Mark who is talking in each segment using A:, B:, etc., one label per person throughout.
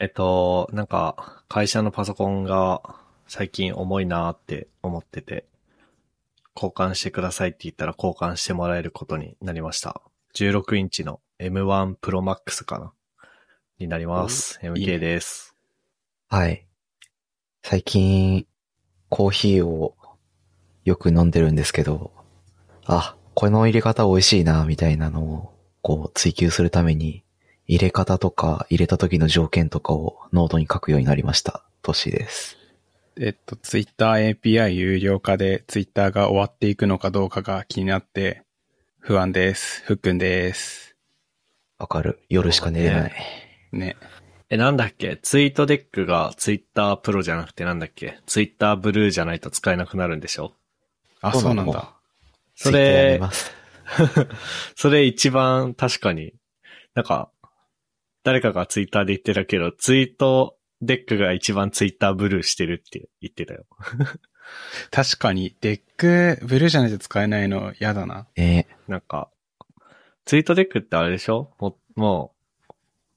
A: えっと、なんか、会社のパソコンが最近重いなーって思ってて、交換してくださいって言ったら交換してもらえることになりました。16インチの M1 Pro Max かなになります。
B: いい
A: MK
B: ね
A: です。
C: はい。最近、コーヒーをよく飲んでるんですけど、あ、この入れ方美味しいな、みたいなのを、こう、追求するために、入れ方とか、入れた時の条件とかをノートに書くようになりました。トシです。
B: えっと、ツイッター API 有料化でツイッターが終わっていくのかどうかが気になって不安です。ふっくんです。
C: わかる。夜しか寝れない。
B: ね。
A: え、なんだっけツイートデックが Twitter Pro じゃなくてなんだっけ ?Twitter Blue じゃないと使えなくなるんでしょ
B: あ、
C: そ
B: そうう
C: な
B: な
C: の
B: んだ。
A: そ
C: ツイッターや
A: れ
C: め、ます。
A: それ一番確かに、なんか、誰かがツイッターで言ってたけど、ツイートデックが一番ツイッターブルーしてるって言ってたよ。
B: 確かに、デック、ブルーじゃないと使えないの嫌だな。
C: ね
A: なんか、ツイートデックってあれでしょもう、も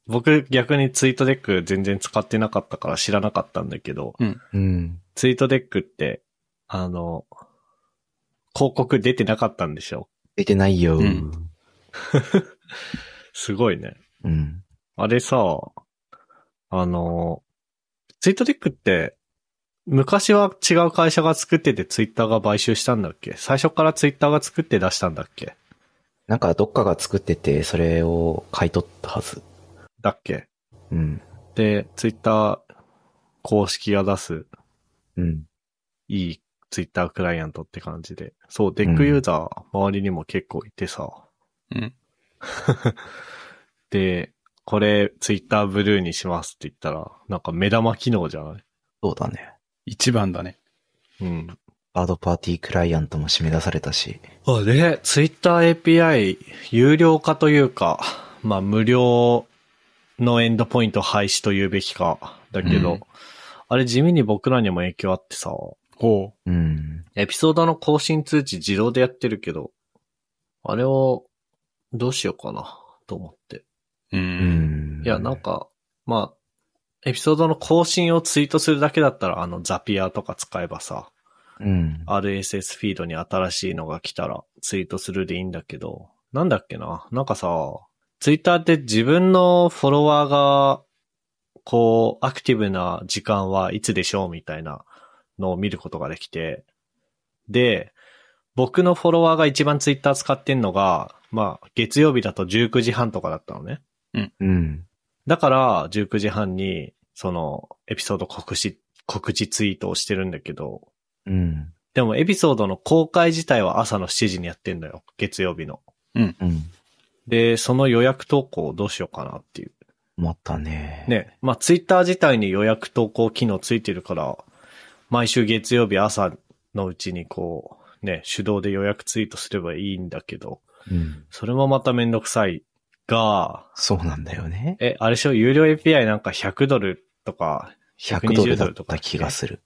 A: う、僕逆にツイートデック全然使ってなかったから知らなかったんだけど、
C: うん。
A: ツイートデックって、あの、広告出てなかったんでしょ
C: 出てないよ。う
B: うんん。
A: すごいね。あれさ、あの、ツイートテックって、昔は違う会社が作っててツイッターが買収したんだっけ最初からツイッターが作って出したんだっけ
C: なんかどっかが作ってて、それを買い取ったはず。
A: だっけ
C: うん。
A: で、ツイッター公式が出す
C: うん。
A: いいツイッタークライアントって感じで。そう、デックユーザー周りにも結構いてさ。
B: うん。
A: で、これツイッターブルーにしますって言ったら、なんか目玉機能じゃない
C: そうだね。
B: 一番だね。
A: うん。
C: バードパーティークライアントも締め出されたし。
A: あ、で、ツイッター API 有料化というか、まあ無料のエンドポイント廃止というべきか、だけど、
B: うん
A: あれ地味に僕らにも影響あってさ、
B: ほ
C: うん。
A: エピソードの更新通知自動でやってるけど、あれをどうしようかなと思って。
B: う。う。
C: うんん。
A: いや、なんか、まあ、エピソードの更新をツイートするだけだったら、あのザピアとか使えばさ、
C: うん。
A: RSS フィードに新しいのが来たらツイートするでいいんだけど、なんだっけななんかさ、ツイッターって自分のフォロワーが、こう、アクティブな時間はいつでしょうみたいなのを見ることができて、で、僕のフォロワーが一番ツイッター使ってんのが、まあ、月曜日だと19時半とかだったのね。
C: うん。
A: だから、19時半に、その、エピソード告知、告知ツイートをしてるんだけど、
C: うん。
A: でもエピソードの公開自体は朝の7時にやってんのよ。月曜日の。
C: うん。
A: で、その予約投稿をどうしようかなっていう。
C: 思ったね。。
A: ね。まあ、ツイッター自体に予約投稿機能ついてるから、毎週月曜日朝のうちにこう、ね、手動で予約ツイートすればいいんだけど、
C: うん。
A: それもまためんどくさいが、
C: そうなんだよね。
A: え、あれでしょ、有料 API なんか100ドルとか、
C: 100ドル
A: 120ド
C: だっ
A: ルとか
C: た気がする。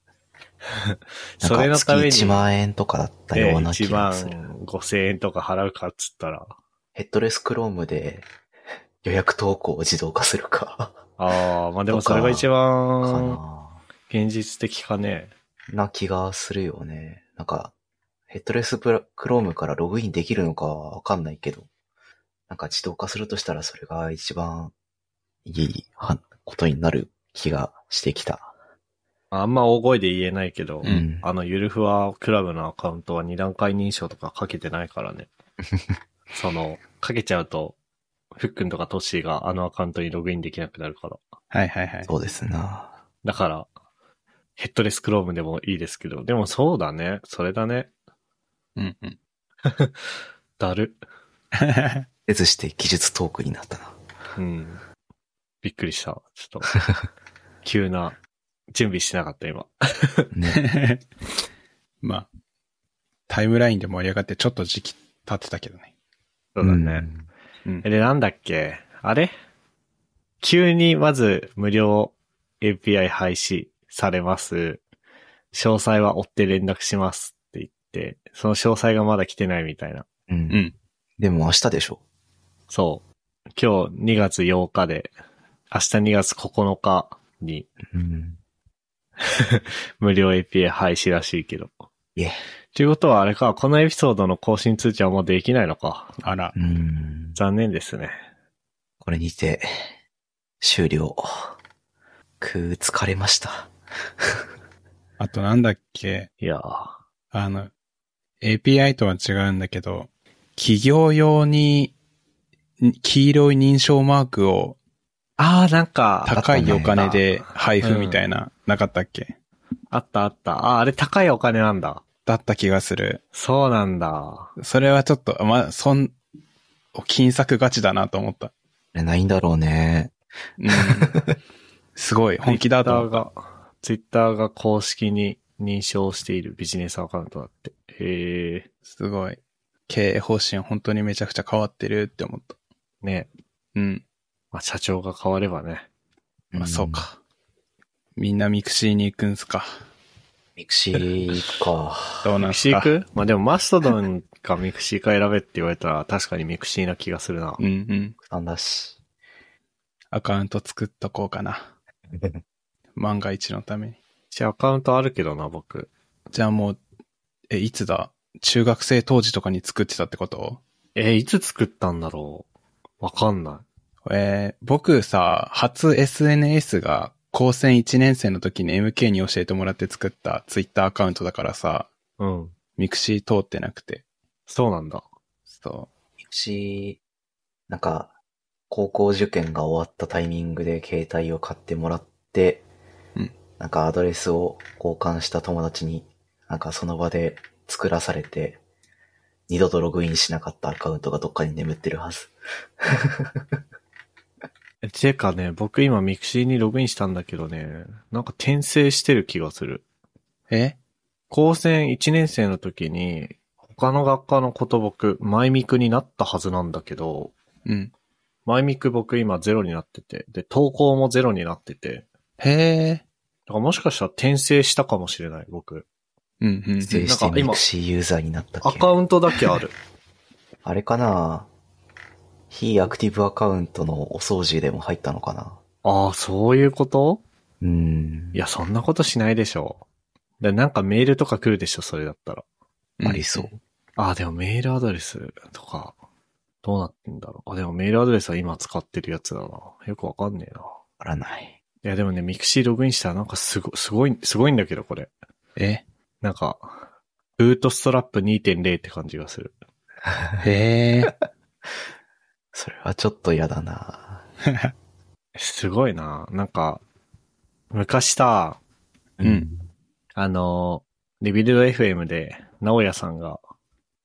A: それのため
C: なん
A: に、
C: か月1万円とかだったような気
A: 1
C: が
A: 万
C: する。
A: 5000円とか払うかっつったら、
C: ヘッドレスクロームで予約投稿を自動化するか。
A: ああ、まあでもそれが一
C: か
A: 番
C: な。
A: 現実的かね。
C: な気がするよね。なんか、ヘッドレスブラクロームからログインできるのかはわかんないけど、なんか自動化するとしたらそれが一番いいはことになる気がしてきた。
A: あんま大声で言えないけど、
B: うん
A: あのゆるふわクラブのアカウントは二段階認証とかかけてないからね。その、かけちゃうと、ふっくんとかトッシーがあのアカウントにログインできなくなるから。
B: はいはいはい。
C: そうですな。
A: だから、ヘッドレスクロームでもいいですけど、でもそうだね。それだね。
B: うんうん。
A: だる。
C: えずして技術トークになった な。
A: うん。びっくりした。ちょっと、急な、準備してなかった今。
C: ね
B: まあ、タイムラインで盛り上がってちょっと時期経ってたけどね。
A: そうだね。
C: ん
B: うん。
A: で、なんだっけあれ急にまず無料 API 廃止されます。詳細は追って連絡しますって言って、その詳細がまだ来てないみたいな。
C: う。
B: うんん。
C: でも明日でしょ
A: そう。今日2月8日で明日2月9日に
C: うん。
A: 無料 APA 廃止らしいけど。
C: いえ。
A: ということはあれか、このエピソードの更新通知はもうできないのか。
B: あら
C: う、ん。
A: 残念ですね。
C: これにて、終了。くー疲れました。
B: あとなんだっけ、
A: いやー
B: あの、API とは違うんだけど、企業用に、ん黄色い認証マークを
A: あーなんか、
B: 高いお金で
A: あったね
B: 配布みたいな、なかったっけ
A: あったあった。あー、あれ高いお金なんだ。
B: だった気がする。
A: そうなんだ。
B: それはちょっと、まあ、そん、金策ガチだなと思った。
C: これないんだろうね。
B: うん。すごい、本気だと思った。
A: Twitter が、ツイッターが公式に認証しているビジネスアカウントだって。へえ、
B: すごい。経営方針本当にめちゃくちゃ変わってるって思った。
A: ね。
B: うん。
A: まあ、社長が変わればね。
B: まあ、そうか。みんなミクシーに行くんすか。
C: うん。ミクシーか。
B: どうな
A: ミ
B: ん
A: クシ
B: す
A: ー
B: か。
A: クまあ、でもマストドンかミクシーか選べって言われたら確かにミクシーな気がするな。
B: うんうん。
C: 負担だし。
B: アカウント作っとこうかな。万が一のために。
A: 私アカウントあるけどな、僕。
B: じゃあもう、え、いつだ中学生当時とかに作ってたってこと
A: えーいつ作ったんだろうわかんな
B: えー僕さ、初 SNS が高専1年生の時に MK に教えてもらって作ったツイッターアカウントだからさ、
A: い。うん。
B: ミクシー通ってなくて。
A: そうなんだ。
B: そ
C: ミクシー、なんか、高校受験が終わったタイミングで携帯を買ってもらって、
B: うん
C: なんかアドレスを交換した友達に、なんかその場で作らされて、二度とログインしなかったアカウントがどっかに眠ってるはず。
A: え、ていうかね、僕今ミクシーにログインしたんだけどね、なんか転生してる気がする。
B: う。え
A: 高専1年生の時に、他の学科のこと僕、マイミクになったはずなんだけど、
B: うん。
A: マイミク僕今ゼロになってて、で、投稿もゼロになってて、
B: へえ。
A: だからもしかしたら転生したかもしれない、僕。
B: うんうんうん。
C: 失礼してミクシーユーザーになった
A: ア
C: っけ
A: カウントだけある。
C: あれかな非アクティブアカウントのお掃除でも入ったのかな
A: ああ、そういうこと
C: うん
A: い。や、そんなことしないでしょう。で、なんかメールとか来るでしょ、それだったら。
B: ん
C: ありそう。。
A: ああ、でもメールアドレスとか、どうなってんだろう。あ、でもメールアドレスは今使ってるやつだな。よくわかんねえな。
C: わからない。
A: いや、でもね、ミクシーログインしたらなんかすご、すごい、すごいんだけど、これ。
B: え
A: なんか、ブートストラップ2.0って感じがする。
B: へえ。
C: それはちょっと嫌だな
A: すごいななんか、昔さ、
B: うん
A: あの、リビルド FM で、直屋さんが、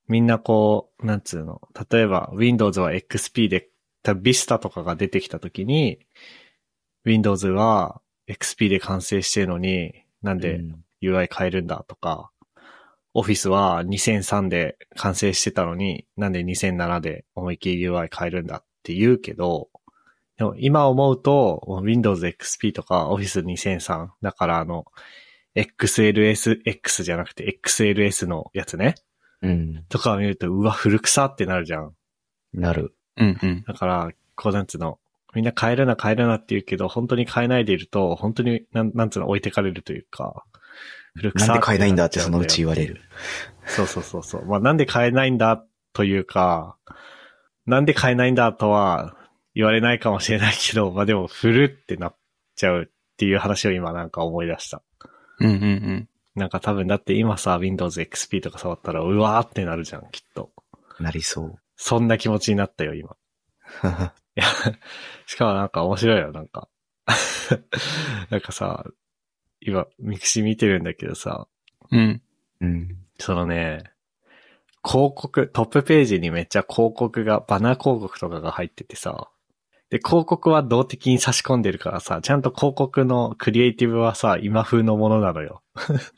A: みんなこう、なんつうの、例えば Windows は XP で、た Vista とかが出てきたときに、Windows は XP で完成してるのに、なんで、
C: うん
A: UI 変えるんだとか、オフィスは2003で完成してたのに、なんで2007で思いっきり UI 変えるんだって言うけど、でも今思うと、Windows XP とか Office 2003、だからあの、XLSX じゃなくて XLS のやつね、
C: うん。
A: とかを見ると、うわ、古臭ってなるじゃん。
C: なる。
B: うんうん。
A: だから、こうなんつうの、みんな変えるな変えるなって言うけど、本当に変えないでいると、本当になん、なんつうの置いてかれるというか、古
C: なんで買えないんだって
A: ちゃ
C: そうの
A: よ
C: うち言われる。。
A: そうそうそうそう。まあなんで買えないんだというか、なんで買えないんだとは言われないかもしれないけど、まあでも振るってなっちゃうっていう話を今なんか思い出した。
B: うんうんうん。
A: なんか多分だって今さ、Windows XP とか触ったらうわーってなるじゃん、きっと。
C: なりそう。
A: そんな気持ちになったよ、今。いや、しかもなんか面白いよ、なんか。 なんかさ、今、ミクシー見てるんだけどさ、
B: うん。
C: うん。
A: そのね、広告、トップページにめっちゃ広告が、バナー広告とかが入っててさ、で、広告は動的に差し込んでるからさ、ちゃんと広告のクリエイティブはさ、今風のものなのよ。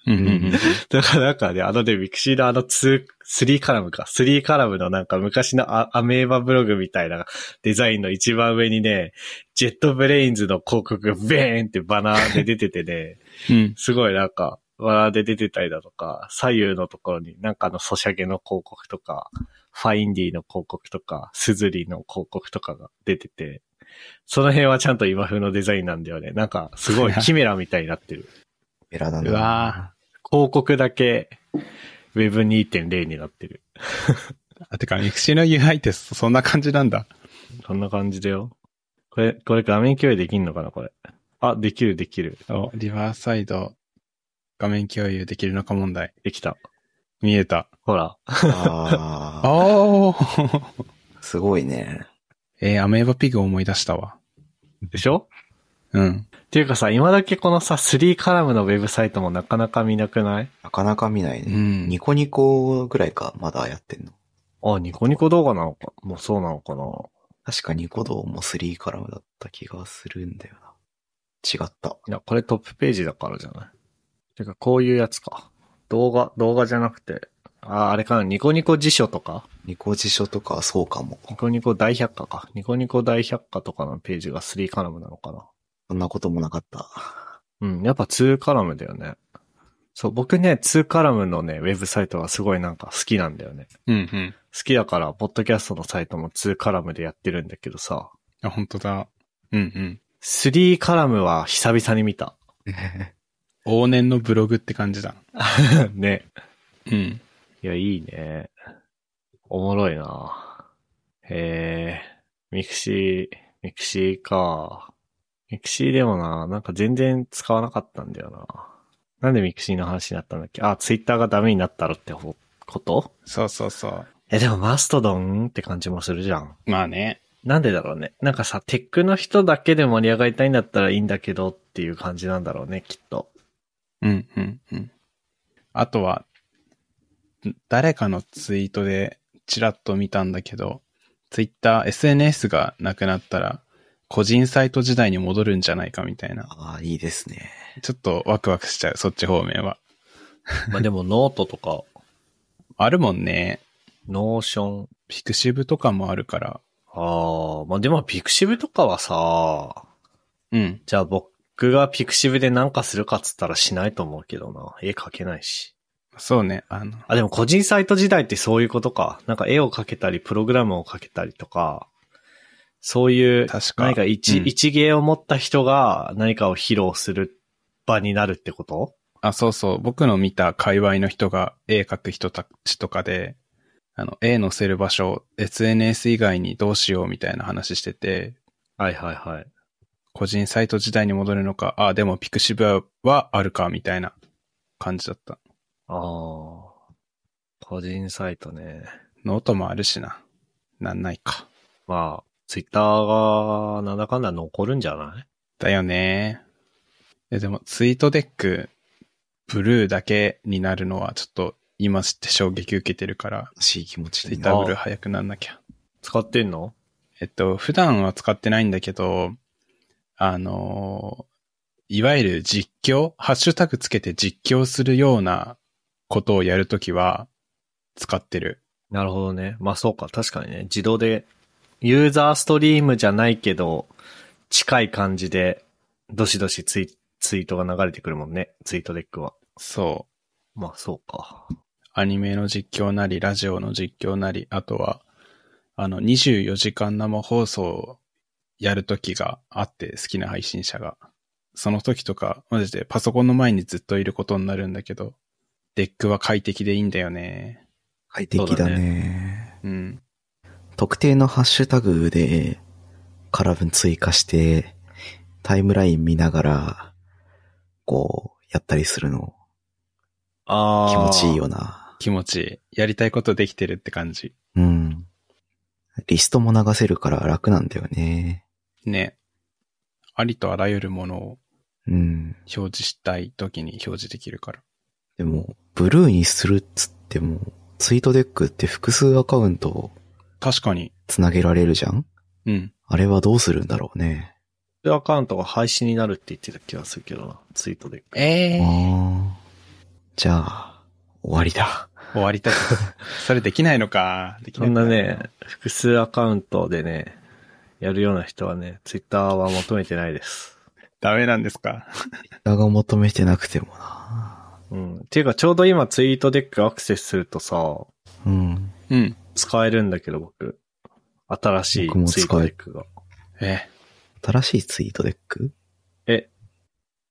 B: うんうんうん。
A: だからなんかね、あのね、ミクシーのあの2、3カラムか、3カラムのなんか昔のアアメーバブログみたいなデザインの一番上にね、ジェットブレインズの広告がベーンってバナーで出ててね、
B: うん。
A: すごいなんか、笑で出てたりだとか、左右のところになんかあのソシャゲの広告とか、ファインディの広告とか、スズリの広告とかが出てて、その辺はちゃんと今風のデザインなんだよね。なんか、すごいキメラみたいになってる。
C: ベラなんだ
B: うわ
A: 広告だけ Web2.0 になってる。
B: ーあ、てか、ミクシーの UI ってそそんな感じなんだ。
A: そんな感じだよ。これ、これ画面共有できんのかなこれ。あ、できるできる。
B: おリバーサイド、画面共有できるのか問題。
A: できた。
B: 見えた。
A: ほら。
C: あ
B: おー
C: ーすごいね。
B: えーアメーバピグ思い出したわ。
A: でしょ
B: うん。
A: っていうかさ、今だけこのさ、3カラムのウェブサイトもなかなか見なくない
C: なかなか見ないうね。
B: ん
C: ニ。コニコぐらいか、まだやってんの。
A: あ、ニコニコ動画なのか。もうそうなのかな
C: 確かニコ動も3カラムだった気がするんだよな。違った。
A: いや、これトップページだからじゃないてか、こういうやつか。動画、動画じゃなくて、あ、あれかな、ニコニコ辞書とか
C: ニコ辞書とかそうかも。
A: ニコニコ大百科か。ニコニコ大百科とかのページが3カラムなのかな
C: そんなこともなかった。
A: うん、やっぱ2カラムだよね。そう、僕ね、2カラムのね、ウェブサイトがすごいなんか好きなんだよね。
B: うんうん。
A: 好きだから、ポッドキャストのサイトも2カラムでやってるんだけどさ、
B: あ、本当だ。うんうん。
A: 3カラムは久々に見た。
B: 往年のブログって感じだ。
A: ね。
B: うん。
A: いや、いいね。おもろいなへえ、ミクシー、ミクシーか。ミクシーでもな、なんか全然使わなかったんだよな。なんでミクシーの話になったんだっけあ、ツイッターがダメになったろってほこと
B: そうそうそう。
A: え、でもマストドンって感じもするじゃん。
B: まあね。
A: なんでだろうね。なんかさ、テックの人だけで盛り上がりたいんだったらいいんだけどっていう感じなんだろうね、きっと。
B: うんうんうん。あとは、ん誰かのツイートでちらっと見たんだけど、ツイッター、SNS がなくなったら、個人サイト時代に戻るんじゃないかみたいな。
C: ああ、いいですね。
B: ちょっとワクワクしちゃう、そっち方面は。
A: まあでもノートとか、
B: あるもんね。
A: ノーション、
B: ピクシブとかもあるから。
A: ああ、まあでもピクシブとかはさ、
B: うん。
A: じゃあ僕がピクシブでなんかするかっつったらしないと思うけどな。絵描けないし。
B: そうね。あの、
A: あ、でも個人サイト時代ってそういうことか。なんか絵を描けたり、プログラムを描けたりとか、そういう、
B: 確か
A: 何か一、
B: うん
A: 一芸を持った人が何かを披露する場になるってこと
B: あ、そうそう。僕の見た界隈の人が絵描く人たちとかで、あの、絵載せる場所、SNS 以外にどうしようみたいな話してて、
A: はいはいはい。
B: 個人サイト時代に戻るのか、あ、でもピクシブはあるか、みたいな感じだった。
A: ああ。個人サイトね。
B: ノートもあるしな。なんないか。
A: まあ、ツイッターがなんだかんだ残るんじゃない
B: だよね。え、でもツイートデック、ブルーだけになるのはちょっと今知って衝撃受けてるから、
C: 欲しい気持ち
B: ツイ
C: に
B: ッ
C: な
B: タ
C: る。
B: ーブルー早くなんなきゃ。
A: 使ってんの
B: えっと、普段は使ってないんだけど、あの、いわゆる実況、ハッシュタグつけて実況するようなことをやるときは使ってる。
A: なるほどね。まあそうか、確かにね。自動で、ユーザーストリームじゃないけど、近い感じで、どしどしツイツイートが流れてくるもんね。ツイートデックは。
B: そ
A: まあそうか。
B: う。アニメの実況なり、ラジオの実況なり、あとは、あの、24時間生放送をやるときがあって、好きな配信者が。その時とか、マジでパソコンの前にずっといることになるんだけど、デックは快適でいいんだよね。
C: 快適だ
A: そうだ
C: ね。
B: うん。
C: 特定のハッシュタグで、カラ分追加して、タイムライン見ながら、こう、やったりするの、
A: ああ。
C: 気持ちいい。よな。
B: 気持ちいい。やりたいことできてるって感じ。
C: うん。リストも流せるから楽なんだよね。
B: ね。ありとあらゆるものを
C: うん。
B: 表示したい時に表示できるから。
C: でも、ブルーにするっつっても、ツイートデックって複数アカウントを
B: 確かに。
C: つなげられるじゃん
B: うん。
C: あれはどうするんだろうね。
A: アカウントが廃止になるって言ってた気がするけどな。ツイートデック。
B: え
C: あーじゃあ、終わりだ。
B: 終わりたい。それできないのか。でき
A: そ
B: ない
A: ん
B: のか
A: なね、。複数アカウントでね、やるような人はね、ツイッターは求めてないです。
B: ダメなんですか。
C: だが求めてなくてもな。
A: うん。っていうか、ちょうど今ツイートデックアクセスするとさ、
C: うん。
B: うん。
A: 使えるんだけど、僕。新しい
C: 僕も
A: ツ
C: 使
A: イ
C: え
A: ートデックが。
B: え、
C: 新しいツイートデック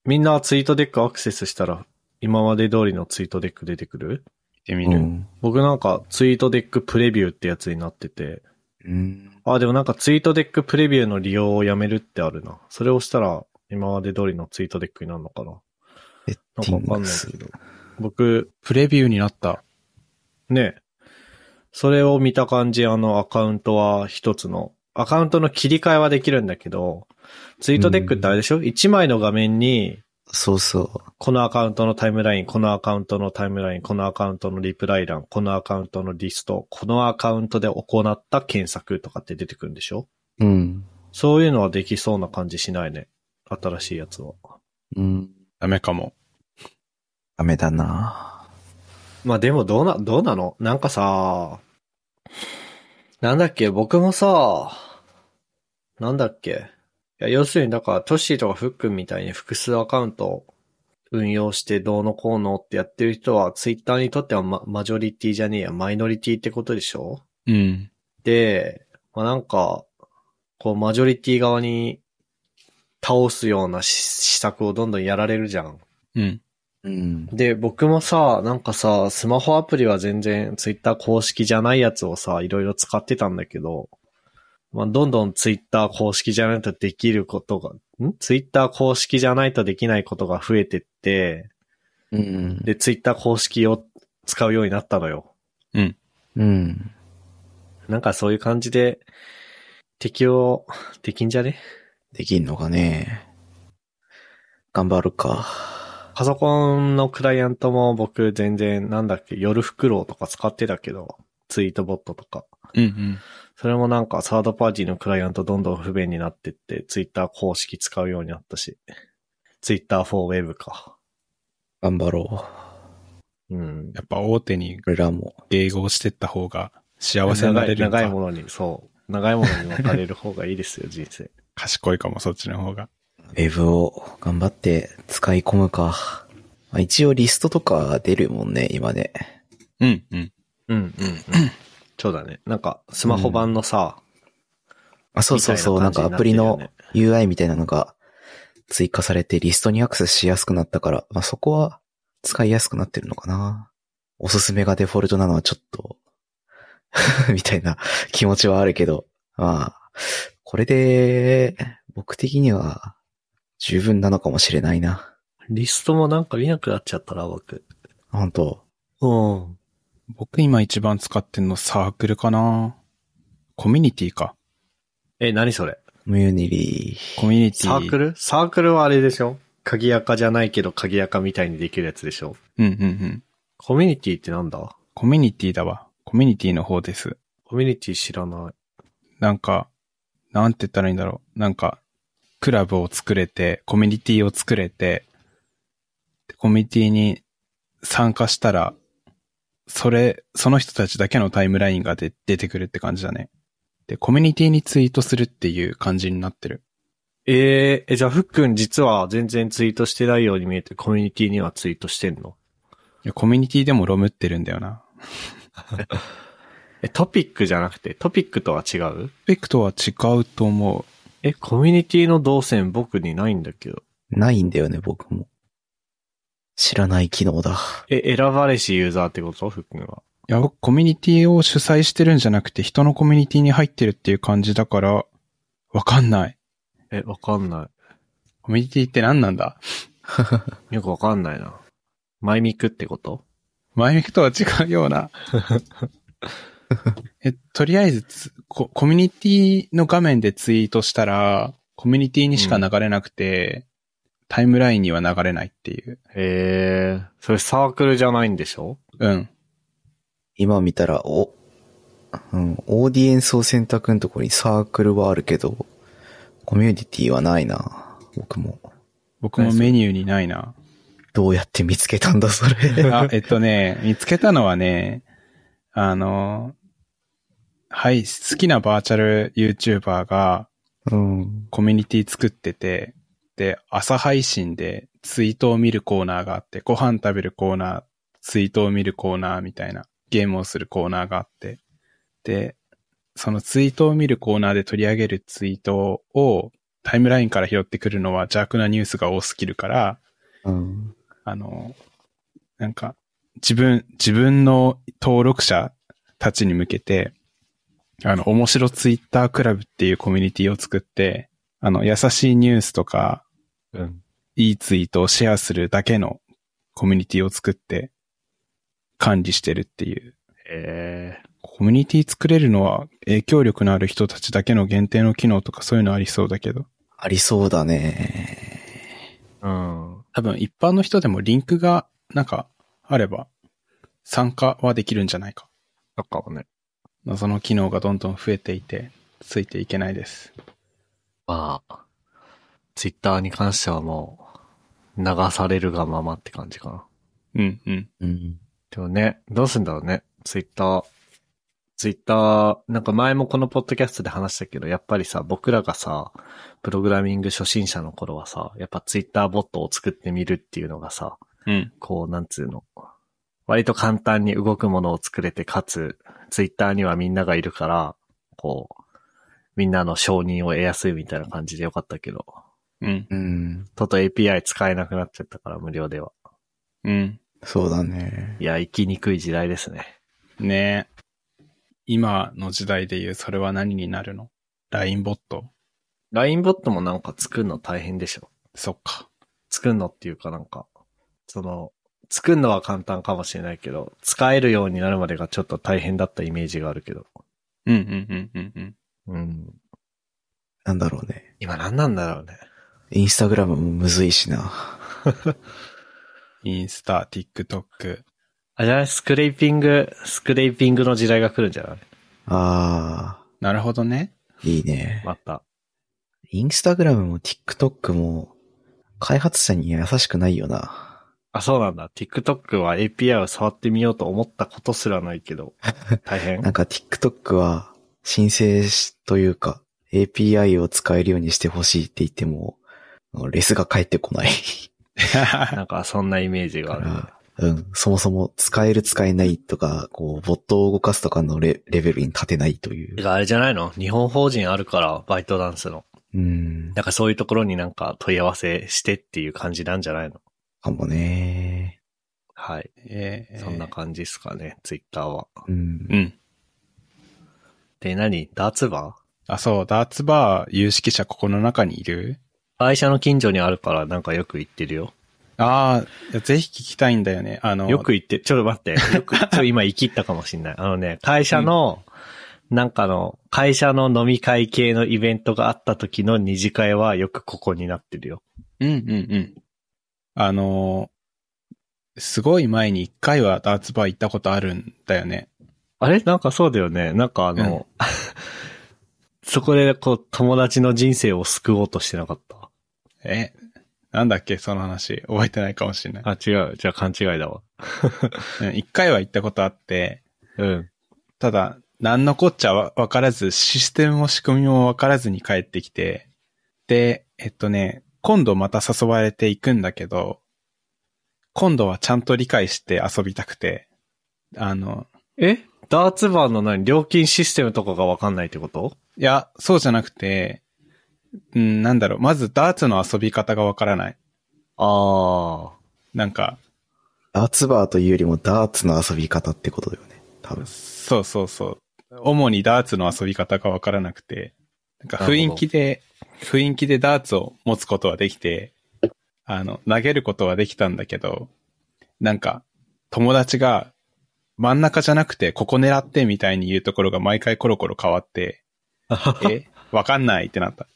A: みんなツイートデックアクセスしたら、今まで通りのツイートデック出てくる
B: 見てみ
C: う
B: る。
C: ん。
A: 僕なんかツイートデックプレビューってやつになってて、
C: うん。
A: あ、でもなんかツイートデックプレビューの利用をやめるってあるな。それをしたら、今まで通りのツイートデックになるのかな。
C: セッ
A: なん
C: テ
A: か
C: ィ
A: わ
C: ン
A: かん
C: グ
A: ない
C: ス
A: け。ど。僕、
B: プレビューになった。
A: ね、それを見た感じ、あのアカウントは一つの、アカウントの切り替えはできるんだけど、ツイートデックってあれでしょ一、枚の画面に、
C: そうそ
A: このアカウントのタイムライン、このアカウントのタイムライン、このアカウントのリプライ欄、このアカウントのリスト、このアカウントで行った検索とかって出てくるんでしょ
C: う。うん。
A: そういうのはできそうな感じしないね。新しいやつは。
C: うん。
B: ダメかも。
C: ダメだな
A: まあでもどうな、どうなのなんかさ、なんだっけ、僕もさ、なんだっけ。いや、要するにだから、トッシーとかフックンみたいに複数アカウントを運用してどうのこうのってやってる人は、ツイッターにとってはママジョリティじゃねえや、マイノリティってことでしょ
B: うん。
A: で、まあ、なんか、こう、マジョリティ側に倒すようなし施策をどんどんやられるじゃん。
B: うん。
C: うん。
A: で、僕もさ、なんかさ、スマホアプリは全然ツイッター公式じゃないやつをさ、いろいろ使ってたんだけど、まあ、どんどんツイッター公式じゃないとできることが、んツイッター公式じゃないとできないことが増えてって、
C: うん。
A: で、ツイッター公式を使うようになったのよ。
C: うん。
A: なんかそういう感じで、適用できんじゃね
C: できんのかね頑張るか。
A: パソコンのクライアントも僕全然なんだっけ、夜フクロウとか使ってたけど、ツイートボットとか。
B: うんうん。
A: それもなんかサードパーティーのクライアントどんどん不便になってって、ツイッター公式使うようになったし。ツイッターフォーウェブか。
C: 頑張ろ
A: うん。
B: やっぱ大手に
C: う。俺らも。
B: 迎合してった方が幸せになれるの
A: 長い長い
B: か。
A: ものに、そう。長いものに巻かれる方がいいです よ、人生。
B: 賢いかも、そっちの方が。
C: ウェブを頑張って使い込むか。まあ一応リストとか出るもんね、今ね。
B: うんうん。
A: うん、うん、うん。そうだね。なんか、スマホ版のさ、
C: あ、そうそうそう、な
A: み
C: ん
A: た
C: か
A: い
C: ア
A: な感
C: プ
A: じ
C: リ
A: になってるよ
C: の
A: ね
C: UI みたいなのが追加されてリストにアクセスしやすくなったから、まあ、そこは使いやすくなってるのかな。おすすめがデフォルトなのはちょっと、 みたいな気持ちはあるけど、まあ、これで僕的には十分なのかもしれないな。
A: リストもなんか見なくなっちゃったな、僕。
C: 本当
A: うん。
B: 僕今一番使ってんのサークルかな。コミュニティか。
A: え、何それ
C: ムユニリ
B: コミュニティ。
A: サークルサークルはあれでしょ鍵垢じゃないけど鍵垢みたいにできるやつでしょ
B: うんうんうん。
A: コミュニティってなんだ
B: コミュニティだわ。コミュニティの方です。
A: コミュニティ知らない。
B: なんか、なんて言ったらいいんだろう。なんか、クラブを作れて、コミュニティを作れて、でコミュニティに参加したら、それ、その人たちだけのタイムラインがで出てくるって感じだね。で、コミュニティにツイートするっていう感じになってる。
A: えー、え、じゃあ、ふっくん実は全然ツイートしてないように見えて、コミュニティにはツイートしてんの
B: いやコミュニティでもロムってるんだよな。
A: え、トピックじゃなくて、トピックとは違う
B: ペクトは違うと思う。
A: え、コミュニティの動線僕にないんだけど。
C: ー。ないんだよね、僕も。知らない機能だ。
A: え、選ばれしユーザーってことふっくんは。
B: いや、僕コミュニティを主催してるんじゃなくて、人のコミュニティに入ってるっていう感じだから、わかんない。
A: え、わかんな
B: コミュニティって何なんだ
A: い。よくわかんないな。マイミクってこと
B: 前ミクとは違うよう な。え、とりあえずつコ、コミュニティの画面でツイートしたら、コミュニティにしか流れなくて、タイムラインには流れないっていう。
A: えー、それサークルじゃないんでしょ
B: うん。
C: 今見たら、お、うん、オーディエンスを選択のところにサークルはあるけど、コミュニティはないな。僕も。
B: 僕もメニューにないな。
C: どうやって見つけたんだ、それ。
B: あ、えっとね、見つけたのはね、あの、はい、好きなバーチャル YouTuber が
C: うん。
B: コミュニティ作ってて、で、朝配信でツイートを見るコーナーがあって、ご飯食べるコーナー、ツイートを見るコーナーみたいな、ゲームをするコーナーがあって、で、そのツイートを見るコーナーで取り上げるツイートをタイムラインから拾ってくるのは邪悪なニュースが多すぎるから、
C: うん。
B: あの、なんか、自分、自分の登録者たちに向けて、あの、面白ツイッタークラブっていうコミュニティを作って、あの、優しいニュースとか、
A: うん。
B: いいツイートをシェアするだけのコミュニティを作って、管理してるっていう。
A: え
B: コミュニティ作れるのは影響力のある人たちだけの限定の機能とかそういうのありそうだけど、
C: ありそうだね。
A: えうん。
B: 多分一般の人でもリンクがなんかあれば参加はできるんじゃないか。
A: だからね。
B: 謎の機能がどんどん増えていて、ついていけないです。
A: まあ、ツイッターに関してはもう、流されるがままって感じかな。
B: うんうん。
C: うん。
A: でもね、どうすんだろうね。ツイッター。ツイッター、なんか前もこのポッドキャストで話したけど、やっぱりさ、僕らがさ、プログラミング初心者の頃はさ、やっぱツイッターボットを作ってみるっていうのがさ、
B: うん。
A: こう、なんつうの。割と簡単に動くものを作れて、かつ、ツイッターにはみんながいるから、こう、みんなの承認を得やすいみたいな感じでよかったけど、
B: うん。
C: うん。
A: ちょっと API 使えなくなっちゃったから無料では。
B: うん。
C: そうだね。
A: いや、生きにくい時代ですね。
B: ねえ。今の時代で言う、それは何になるの ?LINE ボット
A: LINE ボットもなんか作るの大変でしょ。
B: そっか。
A: 作るのっていうかなんか、その、作るのは簡単かもしれないけど、使えるようになるまでがちょっと大変だったイメージがあるけど。
B: うんうんうんうんうん。
A: うん。
C: なんだろうね。
A: 今何なんだろうね。
C: インスタグラムもむずいしな。
B: インスタ、TikTok。
A: あれじゃないスクレーピング、スクレーピングの時代が来るんじゃない
C: あ
B: なるほどね。
C: ー、いいね。
A: また。
C: インスタグラムも TikTok も、開発者に優しくないよな。
A: あ、そうなんだ。TikTok は API を触ってみようと思ったことすらないけど、大変
C: なんか TikTok は申請しというか API を使えるようにしてほしいって言っても、レスが返ってこない。
A: なんかそんなイメージがある。
C: うん。そもそも使える使えないとか、こう、ボットを動かすとかのレレベルに立てないとい
A: て
C: う。
A: かあれじゃないの日本法人あるから、バイトダンスの。
C: うん。
A: なんかそういうところになんか問い合わせしてっていう感じなんじゃないの
C: かもね。
A: はい。
B: えー
A: そんな感じですかね、ツイッターは。
C: うん。
B: うん。
A: で、何ダーツバー
B: あ、そう、ダーツバー、有識者ここの中にいる
A: 会社の近所にあるからなんかよく行ってるよ。
B: ああ、いやぜひ聞きたいんだよね。あの、
A: よく行って、ちょっと待って、よ く、ちょっと今言い切ったかもしんない。あのね、会社の、なんかの、会社の飲み会系のイベントがあった時の二次会はよくここになってるよ。
B: うんうんうん。あの、すごい前に一回はダーツバー行ったことあるんだよね。
A: あれなんかそうだよね。なんかあの、 そこでこう友達の人生を救おうとしてなかった。
B: え、なんだっけその話。覚えてないかもしれない。
A: あ、違う。じゃあ勘違いだわ。
B: うん一回は行ったことあって、
A: うん。
B: ただ、何のこっちゃわわからず、システムも仕組みもわからずに帰ってきて、で、えっとね、今度また誘われていくんだけど、今度はちゃんと理解して遊びたくて、あの、
A: えダーツバーの何料金システムとかがわかんないってこと
B: いや、そうじゃなくて、うん、なんだろう、まずダーツの遊び方がわからない。
A: あ
B: なんか、
C: ダーツバーというよりもダーツの遊び方ってことだよね。多分。
B: そうそうそう。主にダーツの遊び方がわからなくて、なんか
A: なるほ
B: 雰
A: ど
B: 囲気で、雰囲気でダーツを持つことはできて、あの、投げることはできたんだけど、なんか、友達が真ん中じゃなくて、ここ狙ってみたいに言うところが毎回コロコロ変 わって、
A: あ。
B: え、わかんないってなった。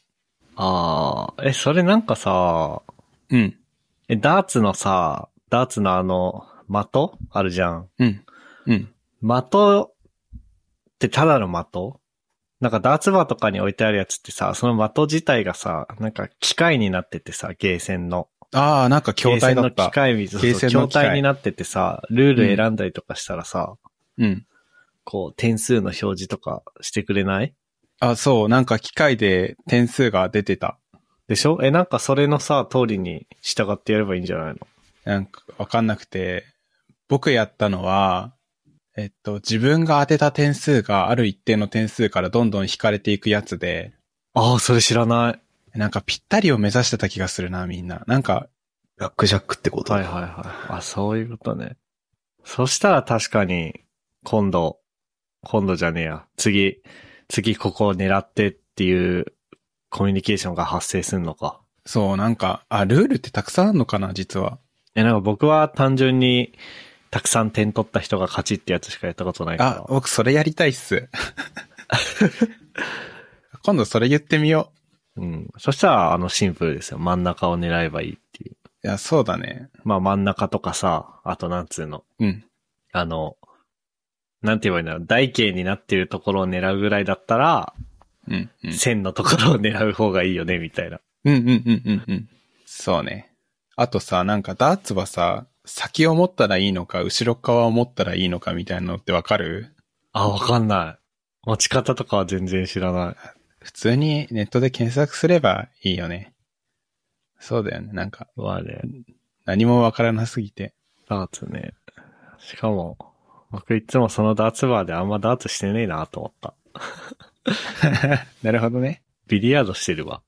A: ああ。え、それなんかさ、
B: うん、
A: え、ダーツのさ、ダーツのあの、的あるじゃん。
B: うん、うん。
A: 的ってただの的なんかダーツバーとかに置いてあるやつってさ、その的自体がさ、なんか機械になっててさ、ゲーセンの。
B: ああ、なんか筐体だっ
A: ゲーセンの
B: た
A: 機。械みた
B: ゲーセン
A: 筐
B: の機械
A: 体になっててさ、ルール選んだりとかしたらさ、
B: うん。
A: こう、点数の表示とかしてくれない
B: あ、そう、なんか機械で点数が出てた。
A: でしょえ、なんかそれのさ、通りに従ってやればいいんじゃないの
B: なんかわかんなくて、僕やったのは、えっと、自分が当てた点数がある一定の点数からどんどん引かれていくやつで、
A: ああ、それ知らない。
B: なんかぴったりを目指してた気がするな、みんな。なんか、
C: ブラックジャックってこと。
A: はいはいはい。あ、そういうことね。そしたら確かに、今度、今度じゃねえや。次、次ここを狙ってっていうコミュニケーションが発生するのか。
B: そう、なんか、あ、ルールってたくさんあるのかな、実は。
A: え、なんか僕は単純に、たくさん点取った人が勝ちってやつしかやったことないから。
B: あ、僕それやりたいっす。今度それ言ってみよ
A: うん。そしたら、あの、シンプルですよ。真ん中を狙えばいいっていう。
B: う。いや、そうだね。
A: まあ、真ん中とかさ、あと、なんつうの。
B: うん。
A: あの、なんて言えばいいんだろう。台形になってるところを狙うぐらいだったら、
B: うん、うん。
A: 線のところを狙う方がいいよね、みたいな。
B: うんうんうんうんうん。そうね。あとさ、なんかダーツはさ、先を持ったらいいのか、後ろ側を持ったらいいのかみたいなのってわかる
A: あ、わかんない。持ち方とかは全然知らない。
B: 普通にネットで検索すればいいよね。そうだよね。なんか、
A: わね。
B: 何もわからなすぎて。
A: ダーツね。しかも、僕いつもそのダーツバーであんまダーツしてねえなと思った。
B: なるほどね。
A: ビリヤードしてるわ。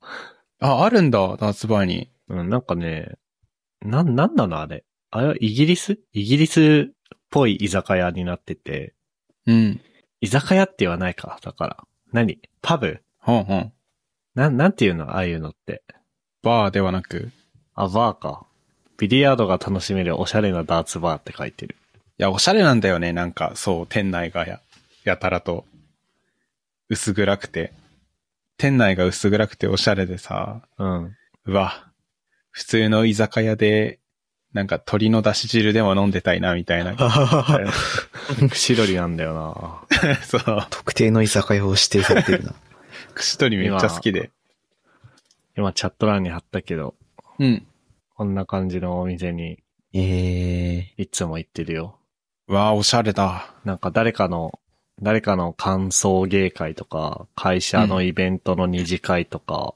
B: あ、あるんだ、ダーツバーに。
A: うん、なんかね、なん、なんなのあれ。あれはイギリスイギリスっぽい居酒屋になってて、
B: うん。
A: 居酒屋って言わないか。だから。何パブ
B: ほんほん。
A: なん、なんていうのああいうのって。
B: バーではなく。
A: あ、バーか。ビリヤードが楽しめるおしゃれなダーツバーって書いてる。
B: いや、おしゃれなんだよね。なんか、そう、店内がや、やたらと、薄暗くて。店内が薄暗くておしゃれでさ、
A: うん。
B: うわ、普通の居酒屋で、なんか鶏の出し汁でも飲んでたいな、みた いな。
A: シロリなんだよな。
B: そう。
C: 特定の居酒屋を指定されてるな。
B: 串取りめっちゃ好きで。
A: 今チャット欄に貼ったけど、
B: うん。
A: こんな感じのお店に
C: ええ
A: いつも行ってるよ。
B: わあ、おしゃれだ。
A: なんか誰かの、誰かの感想芸会とか、会社のイベントの二次会とか、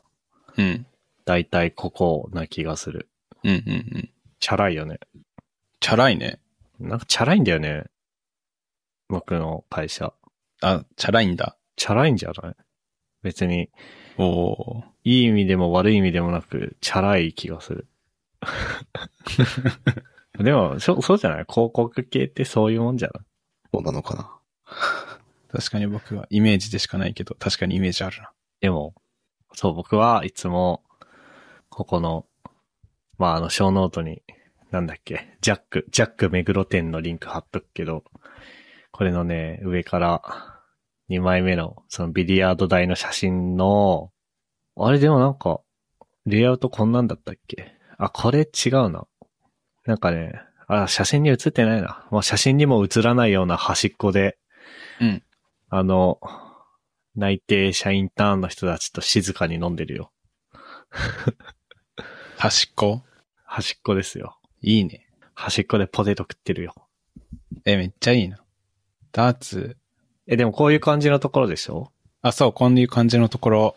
B: うん。
A: だいたいここな気がする。
B: うんうんうん。
A: チャラいよね。
B: チャラいね。
A: なんかチャラいんだよね。僕の会社。
B: あ、チャラいんだ。
A: チャラいんじゃない別に、
B: おお
A: いい意味でも悪い意味でもなく、チャラい気がする。でも、そう、そうじゃない広告系ってそういうもんじゃない
C: そうなのかな。
B: ー。確かに僕はイメージでしかないけど、確かにイメージあるな。
A: でも、そう、僕はいつも、ここの、まあ、あの、小ノートに、なんだっけ、ジャック、ジャック目黒店のリンク貼っとくけど、これのね、上から、2枚目の、そのビリヤード台の写真の、あれでもなんか、レイアウトこんなんだったっけあ、これ違うな。なんかね、あ、写真に写ってないな。まあ、写真にも写らないような端っこで、
B: うん。
A: あの、内定社員ターンの人たちと静かに飲んでるよ。
B: 端っこ
A: 端っこですよ。
B: いいね。
A: 端っこでポテト食ってるよ。
B: え、めっちゃいいな。ダーツ。
A: え、でもこういう感じのところでしょ
B: あ、そう、こういう感じのところ、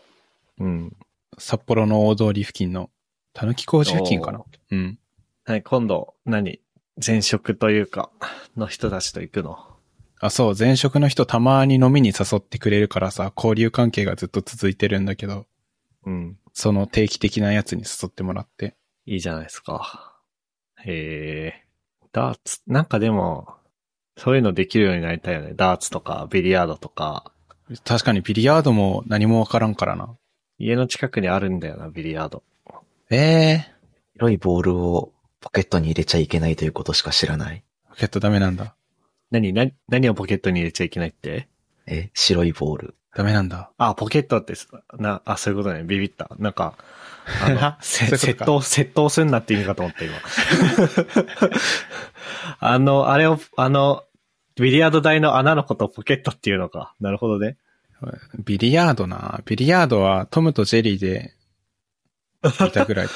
A: うん。
B: 札幌の大通り付近の、たぬき工事付近かな
A: お。
B: うん。
A: はい、今度、何前職というか、の人たちと行くの。
B: あ、そう、前職の人たまに飲みに誘ってくれるからさ、交流関係がずっと続いてるんだけど、
A: うん。
B: その定期的なやつに誘ってもらって。
A: いいじゃないですか。へえ。ダーツ、なんかでも、そういうのできるようになりたいよね。ダーツとか、ビリヤードとか。
B: 確かにビリヤードも何もわからんからな。
A: 家の近くにあるんだよな、ビリヤード。
B: ええ
C: 白いボールをポケットに入れちゃいけないということしか知らない。
B: ー、ポケットダメなんだ。
A: 何、何、何をポケットに入れちゃいけないって
C: え、白いボール。
B: ダメなんだ。
A: あ、ポケットってす、な、あ、そういうことね。ビビった。なんか、あの せ
B: そう
A: 窃
B: いうことか
A: 盗、窃盗すんなって意味かと思った、今。 あの、あれを、あの、ビリヤード台の穴のことをポケットっていうのか。なるほどね。
B: ビリヤードな。ビリヤードはトムとジェリーで、見たぐらい。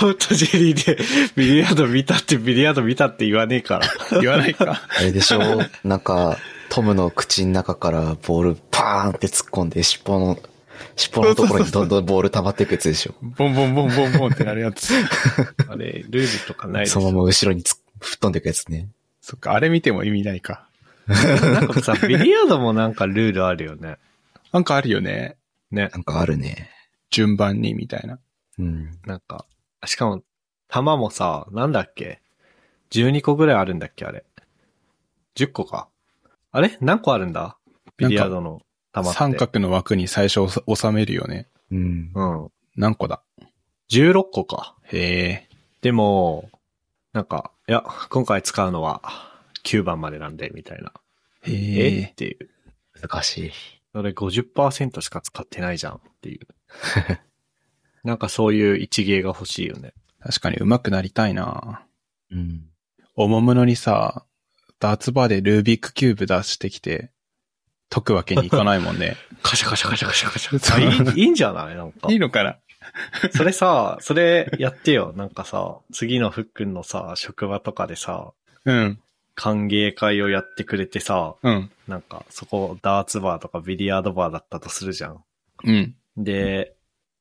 A: トムとジェリーで ビリヤード見たって、ビリヤード見たって言わねえから。
B: 言わな いか。
C: あれでしょ なんか、トムの口の中からボールパーンって突っ込んで、尻尾の、尻尾のところにどんどんボール溜まっていくやつでしょ。
B: ボンボンボンボンボンってなるやつ。
A: あれ、ルールとかないです
C: そのまま後ろに突っ吹っ飛んでいくやつね。
B: そっか、あれ見ても意味ないか。
A: なんかさ、ビリヤードもなんかルールあるよね。
B: なんかあるよね。
A: ね
C: な。んかあるね。
B: 順番にみたいな。
C: うん。
A: なんか、しかも、玉もさ、なんだっけ ?12 個ぐらいあるんだっけあれ。10個か。あれ何個あるんだビリヤードの玉って。
B: 三。角の枠に最初収収めるよね。
C: うん。
A: うん。
B: 何個だ
A: 16個か。
B: へえ。
A: でも、なんか、いや、今回使うのは9番までなんで、みたいな。
B: へ
A: えっ
B: え。
A: ていう。
C: 難しい。
A: それ50%しか使ってないじゃんっていう。 なんかそういう一芸が欲しいよね。
B: 確かに上手くなりたいな
C: うん。
B: おもむろにさ、ダーツバーでルービックキューブ出してきて、解くわけにいかないもんね。
A: カシャカシャカシャカシャカシ
B: そ
A: ャ。
B: う
A: あいいいいんじゃないなんか
B: い。いのかな
A: それさ、それやってよ。 なんかさ、次のふっくんのさ、職場とかでさ、
B: うん。
A: 歓迎会をやってくれてさ、
B: うん。
A: なんかそこダーツバーとかビリヤードバーだったとするじゃん。
B: うん。
A: で、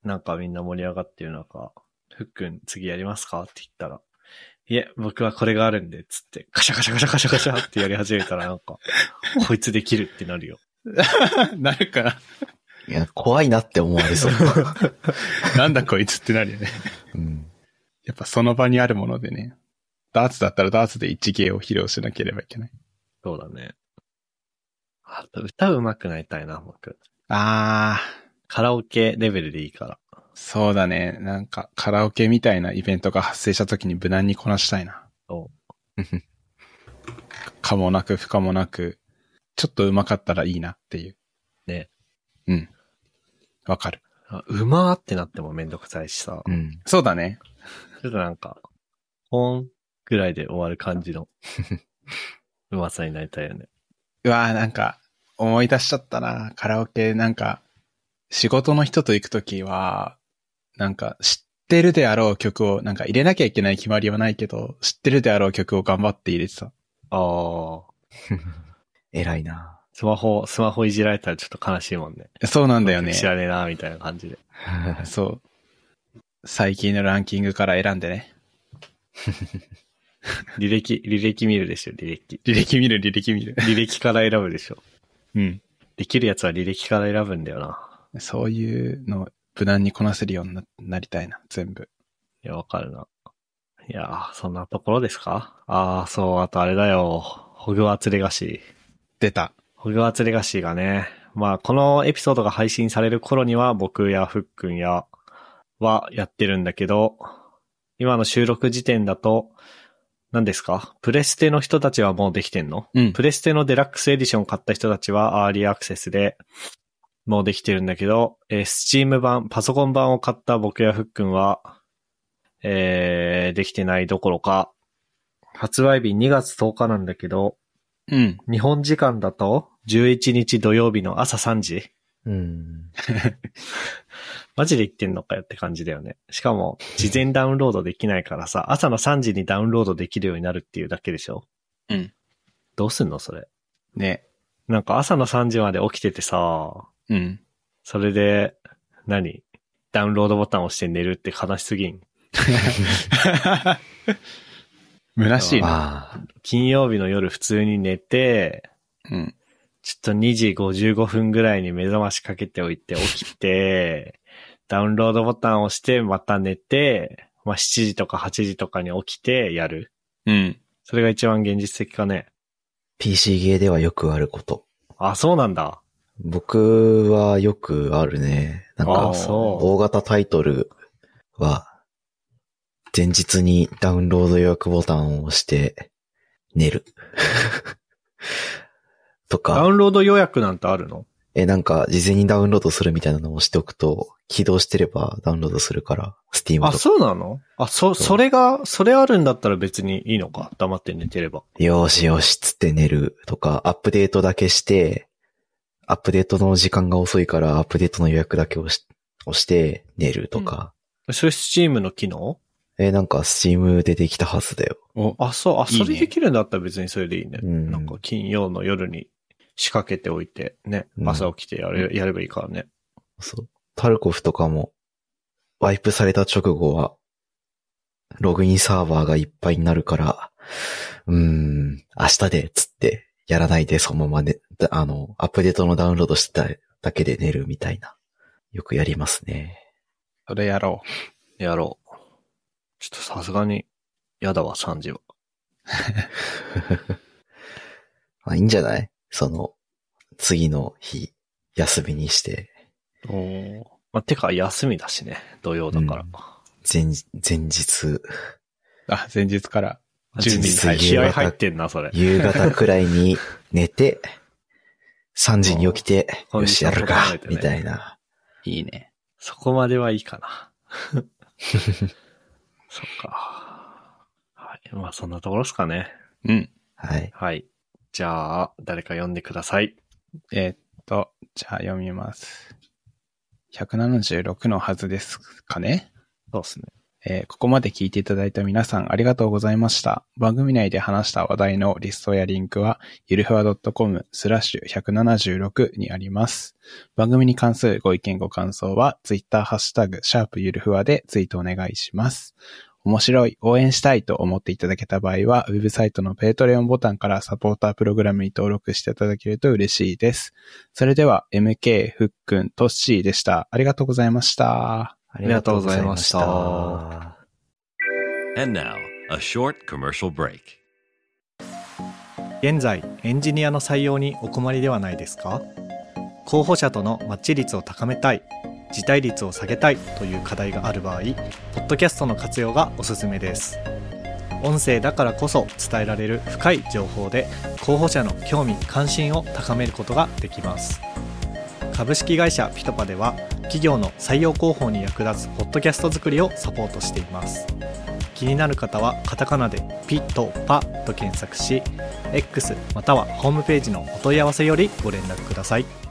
A: なんかみんな盛り上がってる中、ふっくん次やりますかって言ったら、いえ、僕はこれがあるんで、つって、カシャカシャカシャカシャカシャってやり始めたらなんか、こいつできるってなるよ。
B: なるかな。
C: いや、怖いなって思われ そう。
B: なんだこいつってなるよね。
C: うん。
B: やっぱその場にあるものでね。ダーツだったらダーツで一芸を披露しなければいけない。
A: そうだね。あと、歌うまくなりたいな、僕。
B: あ
A: カラオケレベルでいいから。
B: ー、そうだね。なんかカラオケみたいなイベントが発生した時に無難にこなしたいな。
A: そ
B: かもなく不可もなく、ちょっと上手かったらいいなっていう。
A: ね。
B: うん。わかる。
A: うあうまーってなってもめんどくさいしさ
C: う、ん。
B: そうだね。
A: ちょっとなんか、ほんぐらいで終わる感 じの、うまさになりたいよね。
B: うわーなんか、思い出しちゃったな。カラオケ、なんか、仕事の人と行くときは、なんか、知ってるであろう曲を、なんか入れなきゃいけない決まりはないけど、知ってるであろう曲を頑張って入れてた。
A: ああ。
C: 偉い な。
A: スマホ、スマホいじられたらちょっと悲しいもんね。
B: そうなんだよね。
A: 知らねえな、みたいな感じで。
B: そう。最近のランキングから選んでね。
A: 履歴、履歴見るでしょ、履歴。
B: 履歴見る、履歴見る。
A: 履歴から選ぶでしょ。
B: うん。
A: できるやつは履歴から選ぶんだよな。
B: そういうのを無難にこなせるようにななりたいな、全部。
A: いや、わかるな。いやー、そんなところですかああ、そう、あとあれだよ。ホグワーツレガシー。
B: 出た。
A: ホグワーツレガシーがね、まあ、このエピソードが配信される頃には、僕やふっくんやはやってるんだけど、今の収録時点だと、何ですかプレステの人たちはもうできてんの
B: うん
A: プ。レステのデラックスエディション買った人たちはアーリーアクセスでもうできてるんだけど、えー、Steam 版、パソコン版を買った僕やふっくんは、えー、できてないどころか、発売日2月10日なんだけど、
B: うん。
A: 日本時間だと11日土曜日の朝3時
C: うん。
A: マジで言ってんのかよって感じだよね。しかも、事前ダウンロードできないからさ、朝の3時にダウンロードできるようになるっていうだけでしょ
B: うん。
A: どうすんのそれ。
B: ね。
A: なんか朝の3時まで起きててさ、
B: うん。
A: それで、何ダウンロードボタンを押して寝るって悲しすぎん。
B: 虚しいな。
C: まあ、
A: 金曜日の夜普通に寝て、
B: うん。
A: ちょっと2時55分ぐらいに目覚ましかけておいて起きて、ダウンロードボタンを押してまた寝て、まあ、7時とか8時とかに起きてやる。
B: うん。
A: それが一番現実的かね。
C: PC ゲーではよくあること。
A: あ、そうなんだ。
C: 僕はよくあるね。なん
A: あ
C: か
A: あ、、そ
C: 大型タイトルは、前日にダウンロード予約ボタンを押して、寝る。 と
A: う。ダ
C: か、
A: ウンロード予約なんてあるの
C: え、なんか、事前にダウンロードするみたいなのをしておくと、起動してればダウンロードするから、Steam
A: あ、
C: とか。
A: そうなのあ、そ、それが、それあるんだったら別にいいのか。黙って寝てれば。
C: よーしよし、つって寝るとか、アップデートだけして、アップデートの時間が遅いから、アップデートの予約だけをし押して寝るとか。
A: それスチームの機能
C: え、なんか、Steam でできたはずだよ。
B: お、
A: あ、そう、あ、
B: いいね
A: それできるんだったら別にそれでいいね。
C: うん
A: なんか金曜の夜に仕掛けておいて、ね、
C: うん
A: 朝起きてやれ、やればいいからね。
C: そう。タルコフとかも、ワイプされた直後は、ログインサーバーがいっぱいになるから、うーん、明日で、つって、やらないで、そのままで、だあの、アップデートのダウンロードしてただけで寝るみたいな。よくやりますね。
B: それやろう。
A: やろう。ちょっとさすがに、やだわ、3時は。
C: まあいいんじゃないその、次の日、休みにして、
A: まあ、てか、休みだしね。土曜だから。
C: うん前、前日、
B: あ、前日から。
A: 準備
C: 実
A: に
C: 際
A: 気合入ってんな、それ。
C: 夕方くらいに寝て、3時に起きて、
A: うん
C: よし、やる
A: コン
C: か、
A: ディション整えてね
C: みたいな。
B: いいね。
A: そこまではいいか な。そっか。はい。まあ、そんなところですかね。
B: うん。
C: はい。
A: はい。じゃあ、誰か呼んでください。
B: えーっと、じゃあ読みます。176のはずですかね
A: そうですね。
B: えーここまで聞いていただいた皆さんありがとうございました。番組内で話した話題のリストやリンクは、ゆるふわ .com スラッシュ176にあります。番組に関するご意見ご感想は、ツイッターハッシュタグ、シャープゆるふわでツイートお願いします。面白い、応援したいと思っていただけた場合は、ウェブサイトのペイトレオンボタンからサポータープログラムに登録していただけると嬉しいです。それでは、MK、ふっくん、とっしーでした。ありがとうございました。
C: あ
A: りがとうございました
C: りがとうございました
D: And now, a short commercial break.
A: 現在エンジニアの採用にお困りではないですか候補者とのマッチ率を高めたい辞退率を下げたいという課題がある場合ポッドキャストの活用がおすすめです音声だからこそ伝えられる深い情報で候補者の興味関心を高めることができます株式会社ピトパでは企業の採用広報に役立つポッドキャスト作りをサポートしています気になる方はカタカナでピトパと検索し X またはホームページのお問い合わせよりご連絡ください。